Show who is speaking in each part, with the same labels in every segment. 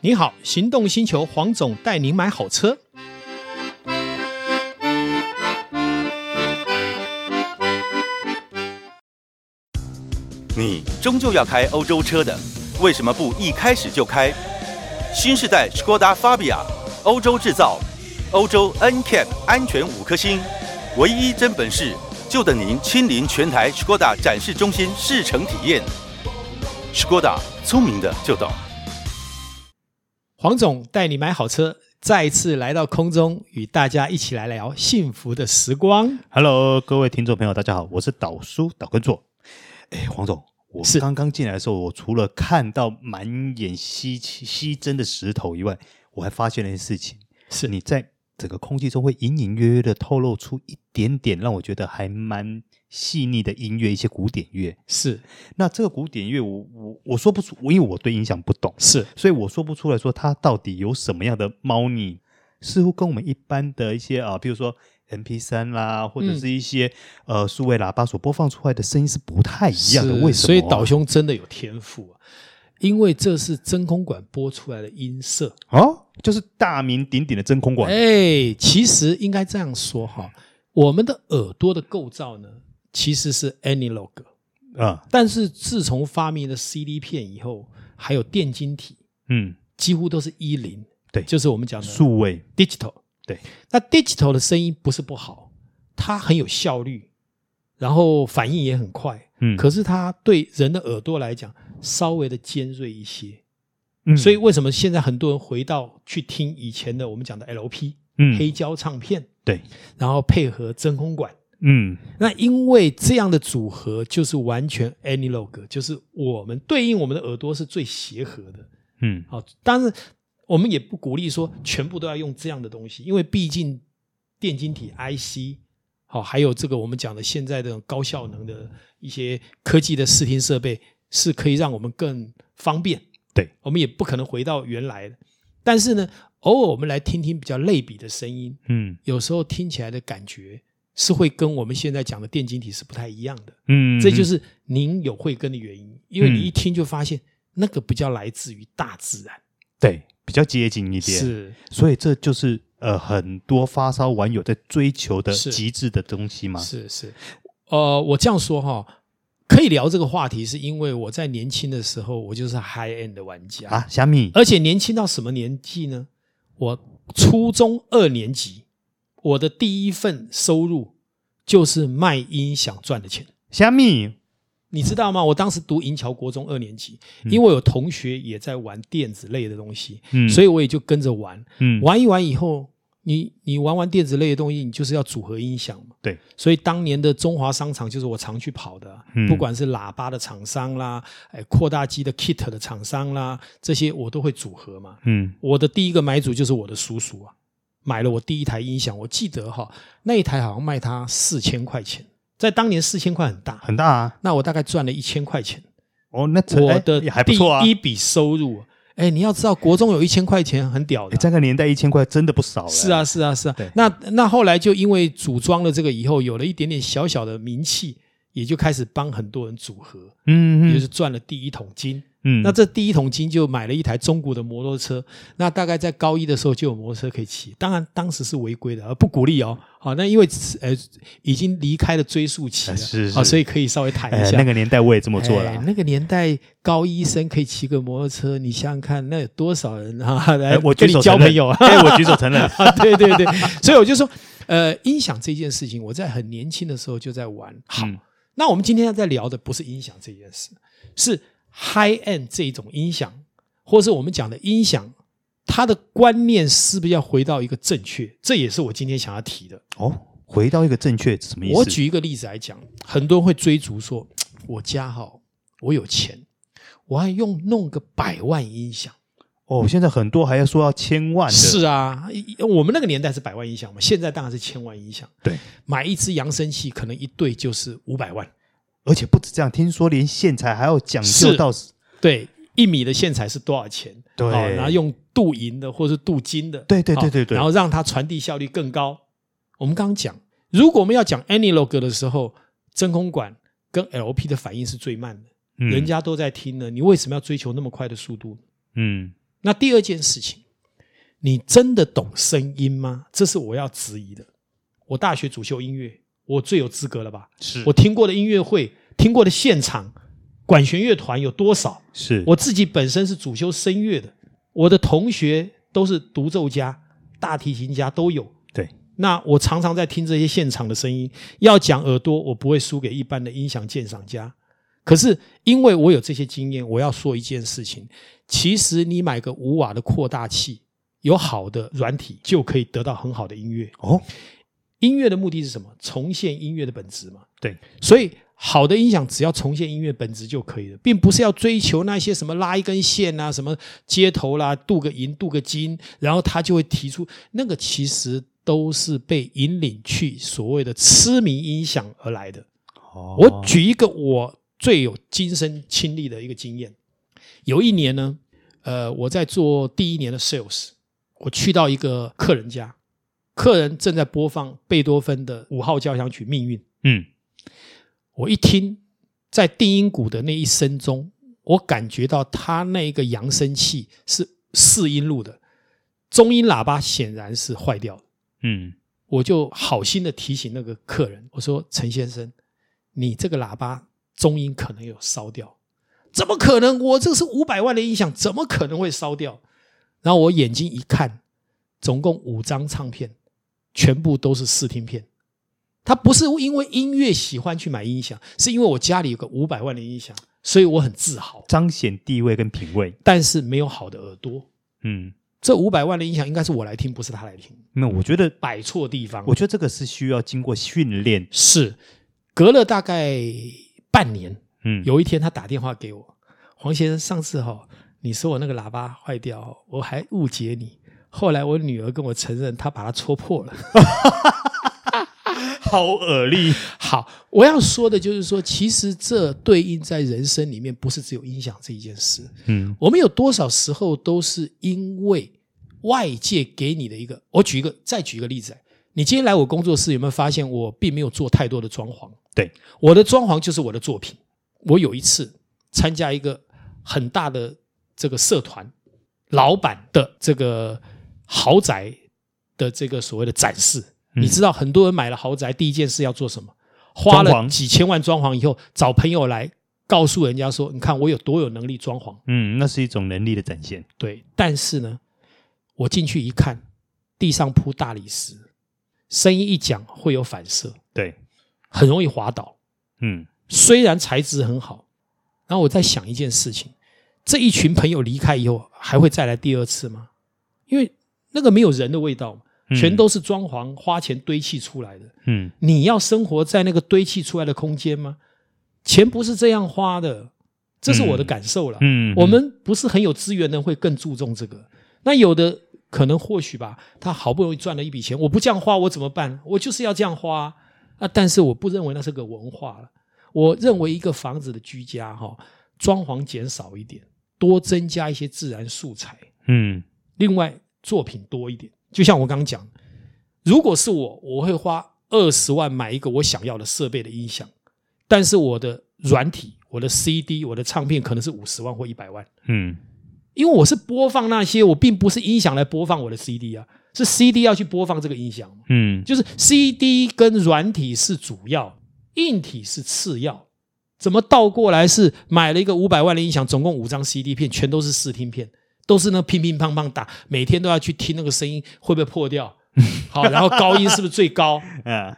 Speaker 1: 你好，行动星球黄总带您买好车。
Speaker 2: 你终究要开欧洲车的，为什么不一开始就开？新时代 Skoda Fabia，欧洲制造，欧洲 NCAP 安全五颗星，唯一真本事，就等您亲临全台 Skoda 展示中心试乘体验。Skoda 聪明的就懂。
Speaker 1: 黄总带你买好车，再次来到空中，与大家一起来聊幸福的时光。
Speaker 3: Hello，各位听众朋友，大家好，我是导叔导根座。哎，黄总，我
Speaker 1: 是
Speaker 3: 刚刚进来的时候，我除了看到满眼吸气吸蒸的石头以外，我还发现了一件事情，
Speaker 1: 是
Speaker 3: 你在整个空气中会隐隐约约的透露出一点点让我觉得还蛮细腻的音乐，一些古典乐。
Speaker 1: 是
Speaker 3: 那这个古典乐我，我我说不出，因为我对音响不懂，
Speaker 1: 是，
Speaker 3: 所以我说不出来说它到底有什么样的猫腻，似乎跟我们一般的一些啊，比如说 M P 三啦，或者
Speaker 1: 嗯
Speaker 3: 是一些、呃数位喇叭所播放出来的声音是不太一样的。
Speaker 1: 是
Speaker 3: 为什么啊、
Speaker 1: 所以导兄真的有天赋啊，因为这是真空管播出来的音色。
Speaker 3: 哦，就是大名鼎鼎的真空管，
Speaker 1: 哎，其实应该这样说哈，我们的耳朵的构造呢，其实是 analog，
Speaker 3: 啊、
Speaker 1: 但是自从发明了 CD 片以后，还有电晶体，
Speaker 3: 嗯，
Speaker 1: 几乎都是一零，
Speaker 3: 对
Speaker 1: 就是我们讲的
Speaker 3: 数位，
Speaker 1: digital。
Speaker 3: 对，
Speaker 1: 那 digital 的声音不是不好，它很有效率，然后反应也很快，
Speaker 3: 嗯，
Speaker 1: 可是它对人的耳朵来讲稍微的尖锐一些。
Speaker 3: 嗯
Speaker 1: 所以为什么现在很多人回到去听以前的我们讲的 LP、
Speaker 3: 嗯
Speaker 1: 黑胶唱片，
Speaker 3: 对，
Speaker 1: 然后配合真空管？
Speaker 3: 嗯
Speaker 1: 那因为这样的组合就是完全 analog，就是我们对应我们的耳朵是最协和的。
Speaker 3: 嗯
Speaker 1: 好，当然我们也不鼓励说全部都要用这样的东西，因为毕竟电晶体 IC 好，还有这个我们讲的现在这种高效能的一些科技的视听设备，是可以让我们更方便。
Speaker 3: 对，
Speaker 1: 我们也不可能回到原来的，但是呢，偶尔我们来听听比较类比的声音，
Speaker 3: 嗯
Speaker 1: 有时候听起来的感觉是会跟我们现在讲的电晶体是不太一样的。
Speaker 3: 嗯，
Speaker 1: 这就是是您有慧根的原因，因为你
Speaker 3: 嗯
Speaker 1: 一听就发现那个比较来自于大自然。
Speaker 3: 对比较接近一点，，
Speaker 1: 是
Speaker 3: 所以这就是呃很多发烧网友在追求的
Speaker 1: 是
Speaker 3: 极致的东西嘛，
Speaker 1: 是是，呃，我这样说哈、可以聊这个话题，是因为我在年轻的时候，我就是 high end 的玩家，
Speaker 3: 啊，虾米，
Speaker 1: 而且年轻到什么年纪呢？我初中二年级，我的第一份收入就是卖音响赚的钱。
Speaker 3: 虾米，
Speaker 1: 你知道吗？我当时读银桥国中二年级，因为有同学也在玩电子类的东西，
Speaker 3: 嗯
Speaker 1: 所以我也就跟着玩。
Speaker 3: 嗯，
Speaker 1: 玩一玩以后，你你玩完电子类的东西，你就是要组合音响嘛。
Speaker 3: 对，
Speaker 1: 所以当年的中华商场就是我常去跑的啊，
Speaker 3: 嗯
Speaker 1: 不管是喇叭的厂商啦，哎，扩大机的 kit 的厂商啦，这些我都会组合嘛。
Speaker 3: 嗯
Speaker 1: 我的第一个买主就是我的叔叔啊，买了我第一台音响，我记得哈，那一台好像卖他四千块钱，在当年四千块很大，
Speaker 3: 很大啊。
Speaker 1: 那我大概赚了一千块钱，
Speaker 3: 哦，那成
Speaker 1: 我
Speaker 3: 哎
Speaker 1: 的
Speaker 3: 也还不错啊
Speaker 1: 第。一笔收入啊。哎，你要知道，国中有一千块钱很屌的
Speaker 3: 哎，
Speaker 1: 啊、
Speaker 3: 这个年代一千块真的不少了。
Speaker 1: 是啊，，是啊，是啊
Speaker 3: 对。
Speaker 1: 那那后来就因为组装了这个以后，有了一点点小小的名气，也就开始帮很多人组合，也
Speaker 3: 嗯
Speaker 1: 就
Speaker 3: 嗯
Speaker 1: 是赚了第一桶金。
Speaker 3: 嗯，
Speaker 1: 那这第一桶金就买了一台中古的摩托车。那大概在高一的时候就有摩托车可以骑，当然当时是违规的，而不鼓励哦。好，那因为呃已经离开了追溯期了，
Speaker 3: 呃是
Speaker 1: 好，
Speaker 3: 是
Speaker 1: 所以可以稍微谈一
Speaker 3: 哎
Speaker 1: 下。
Speaker 3: 那个年代我也这么做
Speaker 1: 哎
Speaker 3: 了。
Speaker 1: 那个年代高一生可以骑个摩托车，你想想看，那有多少人啊？来
Speaker 3: 哎，我
Speaker 1: 跟
Speaker 3: 举
Speaker 1: 你
Speaker 3: 手
Speaker 1: 交
Speaker 3: 承认
Speaker 1: 朋友啊？。
Speaker 3: 哎，我举手承 认
Speaker 1: 啊，对对对，所以我就说，呃，音响这件事情，我在很年轻的时候就在玩。好，
Speaker 3: 嗯
Speaker 1: 那我们今天要在聊的不是音响这件事，是 high end 这一种音响，或是我们讲的音响，它的观念是不是要回到一个正确？这也是我今天想要提的。
Speaker 3: 哦，回到一个正确是什么意思？
Speaker 1: 我举一个例子来讲，很多人会追逐说，我家哈，我有钱，我还用弄个百万音响。
Speaker 3: 哦，现在很多还要说要千万的，
Speaker 1: 是啊，一一我们那个年代是百万音响嘛，现在当然是千万音响。
Speaker 3: 对，
Speaker 1: 买一只扬声器，可能一对就是五百万。
Speaker 3: 而且不止这样，听说连线材还要讲究
Speaker 1: 是
Speaker 3: 到
Speaker 1: 对，一米的线材是多少钱？
Speaker 3: 对
Speaker 1: 好然后用镀银的或是镀金的，
Speaker 3: 对对对
Speaker 1: 好
Speaker 3: 对对
Speaker 1: 然后让它传递效率更高。我们刚刚讲，如果我们要讲 analog 的时候，真空管跟 LP 的反应是最慢的，
Speaker 3: 嗯
Speaker 1: 人家都在听呢，你为什么要追求那么快的速度？
Speaker 3: 嗯
Speaker 1: 那第二件事情，你真的懂声音吗？这是我要质疑的。我大学主修音乐，我最有资格了吧？
Speaker 3: 是
Speaker 1: 我听过的音乐会，听过的现场，管弦乐团有多少？
Speaker 3: 是
Speaker 1: 我自己本身是主修声乐的，我的同学都是独奏家、大提琴家都有。
Speaker 3: 对
Speaker 1: 那我常常在听这些现场的声音，要讲耳朵，我不会输给一般的音响鉴赏家。可是因为我有这些经验，我要说一件事情：其实你买个五瓦的扩大器，有好的软体就可以得到很好的音乐。
Speaker 3: 哦，
Speaker 1: 音乐的目的是什么？重现音乐的本质嘛。
Speaker 3: 对
Speaker 1: 所以好的音响只要重现音乐本质就可以了，并不是要追求那些什么拉一根线啊、什么街头啦、镀个银、镀个金，然后他就会提出那个其实都是被引领去所谓的痴迷音响而来的。
Speaker 3: 哦
Speaker 1: 我举一个我最有亲身亲历的一个经验，有一年呢，呃，我在做第一年的 sales，我去到一个客人家，客人正在播放贝多芬的五号交响曲《命运》。
Speaker 3: 嗯
Speaker 1: 我一听，在定音鼓的那一声中，我感觉到它那个扬声器是四音路的，中音喇叭显然是坏掉的。
Speaker 3: 嗯
Speaker 1: 我就好心的提醒那个客人，我说：“陈先生，你这个喇叭中音可能有烧掉，怎么可能？我这是五百万的音响，怎么可能会烧掉？”然后我眼睛一看，总共五张唱片，全部都是试听片。他不是因为音乐喜欢去买音响，是因为我家里有个五百万的音响，所以我很自豪。
Speaker 3: 彰显地位跟品味，
Speaker 1: 但是没有好的耳朵，
Speaker 3: 嗯，
Speaker 1: 这五百万的音响应该是我来听，不是他来听，
Speaker 3: 那我觉 得，
Speaker 1: 摆错地方了。
Speaker 3: 我觉得这个是需要经过训练，
Speaker 1: 是，隔了大概半年，
Speaker 3: 嗯，
Speaker 1: 有一天他打电话给我，黄先生，上次哈、你说我那个喇叭坏掉哦，我还误解你，后来我女儿跟我承认，她把它戳破了。
Speaker 3: 好耳力，
Speaker 1: 好，我要说的就是说，其实这对应在人生里面，不是只有音响这一件事。
Speaker 3: 嗯
Speaker 1: 我们有多少时候都是因为外界给你的一个，我举一个，再举一个例子来，啊你今天来我工作室有没有发现我并没有做太多的装潢？
Speaker 3: 对，
Speaker 1: 我的装潢就是我的作品。我有一次参加一个很大的这个社团老板的这个豪宅的这个所谓的展示，
Speaker 3: 嗯
Speaker 1: 你知道很多人买了豪宅第一件事要做什么？花
Speaker 3: 装
Speaker 1: 了
Speaker 3: 潢
Speaker 1: 几千万装潢以后，找朋友来告诉人家说：“你看我有多有能力装潢。”
Speaker 3: 嗯，那是一种能力的展现，
Speaker 1: 对，但是呢，我进去一看，地上铺大理石，声音一讲会有反射，
Speaker 3: 对，
Speaker 1: 很容易滑倒。
Speaker 3: 嗯
Speaker 1: 虽然材质很好，然后我在想一件事情：这一群朋友离开以后，还会再来第二次吗？因为那个没有人的味道嘛，
Speaker 3: 嗯
Speaker 1: 全都是装潢花钱堆砌出来的。
Speaker 3: 嗯
Speaker 1: 你要生活在那个堆砌出来的空间吗？钱不是这样花的，这是我的感受了。
Speaker 3: 嗯，
Speaker 1: 我们不是很有资源的人会更注重这个。那有的可能或许吧，他好不容易赚了一笔钱，我不这样花我怎么办？我就是要这样花啊啊！但是我不认为那是个文化了。我认为一个房子的居家哈、装潢减少一点，多增加一些自然素材，
Speaker 3: 嗯
Speaker 1: 另外作品多一点。就像我刚刚讲，如果是我，我会花二十万买一个我想要的设备的音响，但是我的软体、我的 CD、我的唱片可能是五十万或一百万。
Speaker 3: 嗯
Speaker 1: 因为我是播放那些，我并不是音响来播放我的 CD 啊，是 CD 要去播放这个音响嘛，
Speaker 3: 嗯，
Speaker 1: 就是 CD 跟软体是主要，硬体是次要。怎么倒过来是买了一个五百万的音响，总共五张 CD 片，全都是试听片，都是那乒乒乓乓打，每天都要去听那个声音会不会破掉，好，然后高音是不是最高？
Speaker 3: 啊，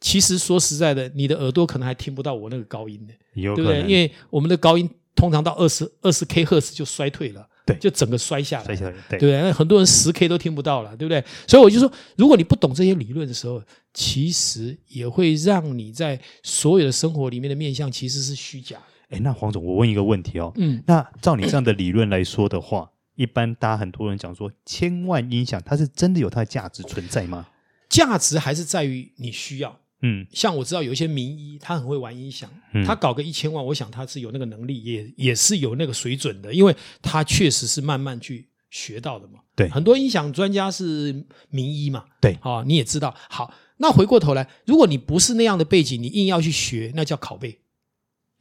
Speaker 1: 其实说实在的，你的耳朵可能还听不到我那个高音呢、
Speaker 3: 有
Speaker 1: 对
Speaker 3: 可
Speaker 1: 不对？
Speaker 3: 能，
Speaker 1: 因为我们的高音通常到二十二十 K 赫兹就衰退了，
Speaker 3: 对
Speaker 1: 就整个摔下来，
Speaker 3: 所以
Speaker 1: 对
Speaker 3: 说对
Speaker 1: 不对？那很多人十 K 都听不到了，对不对？所以我就说，如果你不懂这些理论的时候，其实也会让你在所有的生活里面的面向其实是虚假。
Speaker 3: 哎，那黄总，我问一个问题哦，
Speaker 1: 嗯，
Speaker 3: 那照你这样的理论来说的话，一般大家很多人讲说，千万音响它是真的有它的价值存在吗？
Speaker 1: 价值还是在于你需要。
Speaker 3: 嗯
Speaker 1: 像我知道有一些名医，他很会玩音响，
Speaker 3: 嗯
Speaker 1: 他搞个一千万，我想他是有那个能力，也也是有那个水准的，因为他确实是慢慢去学到的嘛。
Speaker 3: 对
Speaker 1: 很多音响专家是名医嘛，
Speaker 3: 对
Speaker 1: 哦，你也知道。好，那回过头来，如果你不是那样的背景，你硬要去学，那叫拷贝。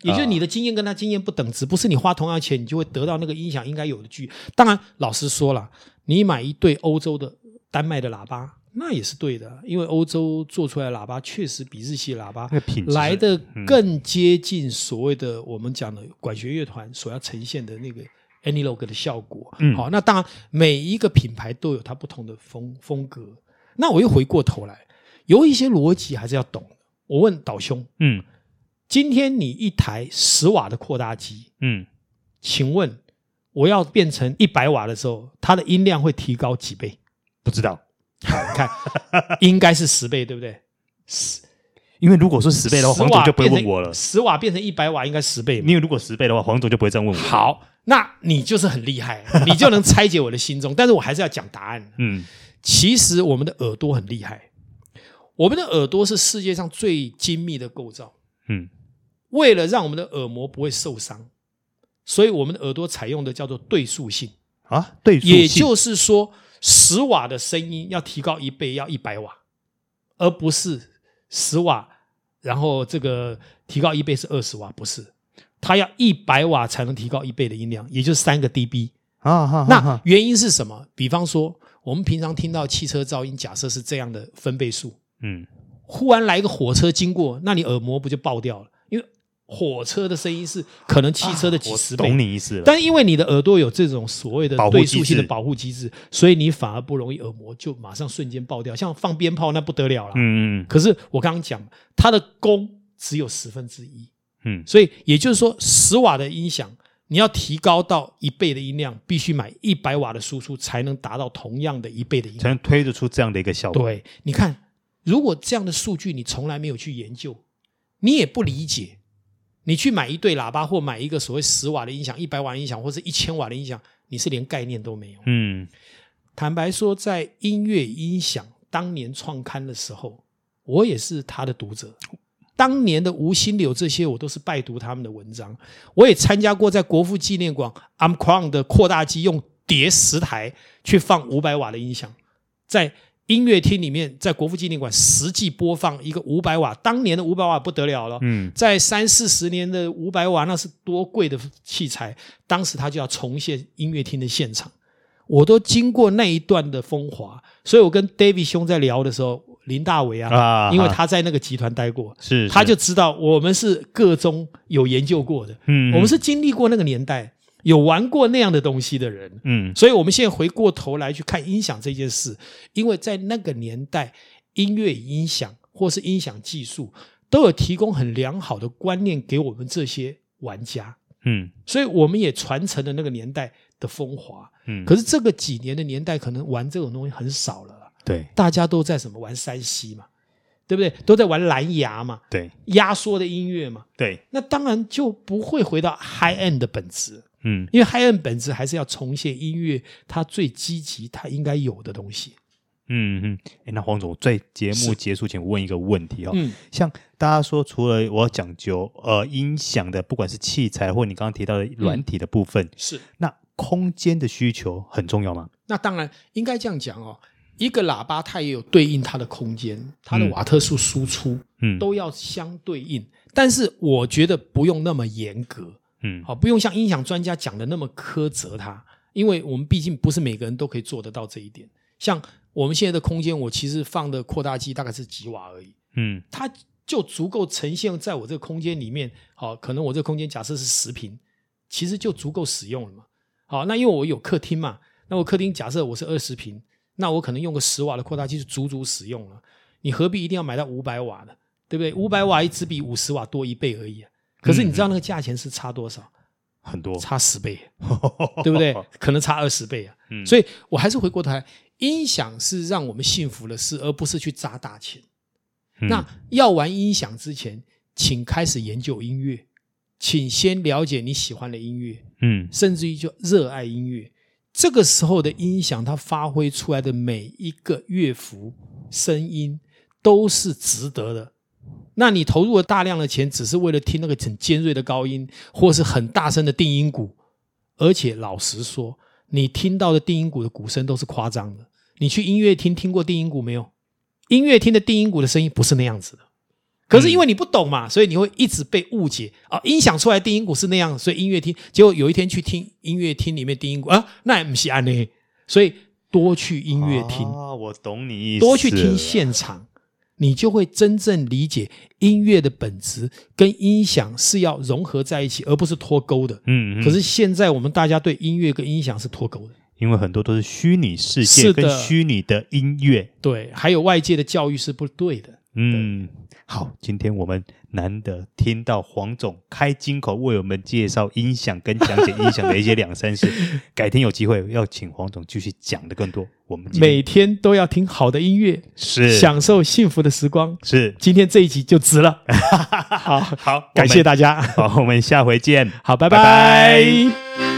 Speaker 1: 也
Speaker 3: 啊
Speaker 1: 就是你的经验跟他经验不等值，不是你花同样钱你就会得到那个音响应该有的剧。当然，老实说了，你买一对欧洲的、丹麦的喇叭，那也是对的，因为欧洲做出来的喇叭确实比日系喇叭
Speaker 3: 那个品质嗯是
Speaker 1: 来的更接近所谓的我们讲的管弦乐团所要呈现的那个 analog 的效果。
Speaker 3: 嗯
Speaker 1: 好，那当然每一个品牌都有它不同的风风格。那我又回过头来，有一些逻辑还是要懂的。我问导兄，
Speaker 3: 嗯
Speaker 1: 今天你一台十瓦的扩大机，
Speaker 3: 嗯，
Speaker 1: 请问我要变成一百瓦的时候，它的音量会提高几倍？
Speaker 3: 不知道，
Speaker 1: 看，应该是十倍，对不对？
Speaker 3: 因为如果说十倍的话，
Speaker 1: 10
Speaker 3: 黄
Speaker 1: 瓦
Speaker 3: 总就不会
Speaker 1: 变
Speaker 3: 问
Speaker 1: 成
Speaker 3: 我了。
Speaker 1: 十瓦变成一百瓦，应该十倍嘛？
Speaker 3: 因为如果十倍的话，黄总就不会这样问我。，
Speaker 1: 好，那你就是很厉 害，你就能拆解我的心中。但是我还是要讲答案。
Speaker 3: 嗯
Speaker 1: 其实我们的耳朵很厉害，我们的耳朵是世界上最精密的构造。
Speaker 3: 嗯
Speaker 1: 为了让我们的耳膜不会受伤，所以我们的耳朵采用的叫做对数性，
Speaker 3: 啊，对数性，
Speaker 1: 也就是说，十瓦的声音要提高一倍，要一百瓦，而不是十瓦，然后这个提高一倍是二十瓦，不是，它要一百瓦才能提高一倍的音量，也就是三个 dB。
Speaker 3: 啊哈，哈
Speaker 1: 那
Speaker 3: 哈
Speaker 1: 原因是什么？比方说，我们平常听到汽车噪音，假设是这样的分贝数，
Speaker 3: 嗯
Speaker 1: 忽然来一个火车经过，那你耳膜不就爆掉了？因为火车的声音是可能汽车的几十倍，
Speaker 3: 啊懂你意思了。
Speaker 1: 但因为你的耳朵有这种所谓的
Speaker 3: 保护
Speaker 1: 对
Speaker 3: 机
Speaker 1: 数性的
Speaker 3: 制
Speaker 1: 保护机制，所以你反而不容易耳膜就马上瞬间爆掉。像放鞭炮那不得了了。
Speaker 3: 嗯嗯
Speaker 1: 可是我刚刚讲，它的功只有十分之一，
Speaker 3: 嗯
Speaker 1: 所以也就是说，十瓦的音响你要提高到一倍的音量，必须买一百瓦的输出才能达到同样的一倍的音量
Speaker 3: 嗯，。才能推得出这样的一个效果。
Speaker 1: 对，你看，如果这样的数据你从来没有去研究，你也不理解，你去买一对喇叭或买一个所谓十瓦的音响、一百瓦的音响或者一千瓦的音响，你是连概念都没有。
Speaker 3: 嗯
Speaker 1: 坦白说，在音乐音响当年创刊的时候，我也是他的读者。当年的吴新柳这些，我都是拜读他们的文章。我也参加过在国父纪念馆 a m c r o n 的扩大机用叠十台去放五百瓦的音响，在音乐厅里面，在国父纪念馆实际播放一个五百瓦，当年的五百瓦不得了了。
Speaker 3: 嗯
Speaker 1: 在三四十年的五百瓦，那是多贵的器材。当时他就要重现音乐厅的现场，我都经过那一段的风华，所以我跟 David 兄在聊的时候，林大为啊，
Speaker 3: 啊
Speaker 1: 因为他在那个集团待过，
Speaker 3: 是
Speaker 1: 他
Speaker 3: 是
Speaker 1: 就知道我们是各中有研究过的，
Speaker 3: 嗯
Speaker 1: 我们是经历过那个年代，有玩过那样的东西的人。
Speaker 3: 嗯
Speaker 1: 所以，我们现在回过头来去看音响这件事，因为在那个年代，音乐音响或是音响技术都有提供很良好的观念给我们这些玩家，
Speaker 3: 嗯
Speaker 1: 所以我们也传承了那个年代的风华。
Speaker 3: 嗯，
Speaker 1: 可
Speaker 3: 是
Speaker 1: 是这个几年的年代，可能玩这种东西很少了啦，
Speaker 3: 对
Speaker 1: 大家都在什么玩山西嘛，对不对？都在玩蓝牙嘛，
Speaker 3: 对
Speaker 1: 压缩的音乐嘛，
Speaker 3: 对，
Speaker 1: 那当然就不会回到 high end 的本质。
Speaker 3: 嗯
Speaker 1: 因为 high end 本质还是要重现音乐它最积极、它应该有的东西。
Speaker 3: 嗯嗯。哎，那黄总，在节目
Speaker 1: 是
Speaker 3: 结束前，我问一个问题哦。
Speaker 1: 嗯
Speaker 3: 像大家说，除了我要讲究呃音响的，不管是器材或你刚刚提到的软体的部分，
Speaker 1: 是。
Speaker 3: 那空间的需求很重要吗？
Speaker 1: 那当然应该这样讲哦，一个喇叭它也有对应它的空间，它的瓦特数输出
Speaker 3: 嗯，
Speaker 1: 都要相对应。但是我觉得不用那么严格，
Speaker 3: 嗯
Speaker 1: 好，不用像音响专家讲的那么苛责它，因为我们毕竟不是每个人都可以做得到这一点。像我们现在的空间，我其实放的扩大机大概是几瓦而已，
Speaker 3: 嗯
Speaker 1: 它就足够呈现在我这个空间里面。好、可能我这个空间假设是十平，其实就足够使用了嘛。好，那因为我有客厅嘛，那我客厅假设我是二十平，那我可能用个十瓦的扩大器就足足使用了。你何必一定要买到五百瓦的，对不对？五百瓦也只比五十瓦多一倍而已、啊。可是你知道那个价钱是差多少？
Speaker 3: 很多，
Speaker 1: 差十倍，啊对不对？可能差二十倍啊。
Speaker 3: 嗯
Speaker 1: 所以我还是回过头来，音响是让我们幸福的事，而不是去砸大钱。
Speaker 3: 嗯
Speaker 1: 那要玩音响之前，请开始研究音乐，请先了解你喜欢的音乐，
Speaker 3: 嗯
Speaker 1: 甚至于就热爱音乐。这个时候的音响，它发挥出来的每一个乐符、声音都是值得的。那你投入了大量的钱，只是为了听那个很尖锐的高音，或是很大声的定音鼓，而且老实说，你听到的定音鼓的鼓声都是夸张的。你去音乐厅听过定音鼓没有？音乐厅的定音鼓的声音不是那样子的，可是因为你不懂嘛，所以你会一直被误解啊。音响出来定音鼓是那样，所以音乐厅结果有一天去听音乐厅里面定音鼓啊，那也不是安呢。所以多去音乐厅，
Speaker 3: 啊，我懂你意思，
Speaker 1: 多去听现场，你就会真正理解音乐的本质跟音响是要融合在一起，而不是脱钩的。
Speaker 3: 嗯，嗯，
Speaker 1: 可是现在我们大家对音乐跟音响是脱钩的，
Speaker 3: 因为很多都是虚拟世界
Speaker 1: 是
Speaker 3: 跟
Speaker 1: 的
Speaker 3: 虚拟的音乐，
Speaker 1: 对，还有外界的教育是不对的。
Speaker 3: 嗯，好，今天我们难得听到黄总开金口为我们介绍音响跟讲解音响的一些两 三事，改天有机会要请黄总继续讲的更多。我们今天
Speaker 1: 每天都要听好的音乐，
Speaker 3: 是
Speaker 1: 享受幸福的时光。
Speaker 3: 是
Speaker 1: 今天这一集就值 了，好，
Speaker 3: 好，
Speaker 1: 感谢大
Speaker 3: 家，
Speaker 1: 家，
Speaker 3: 好，我们下回见。
Speaker 1: 好，
Speaker 3: 拜
Speaker 1: 拜
Speaker 3: 拜
Speaker 1: 拜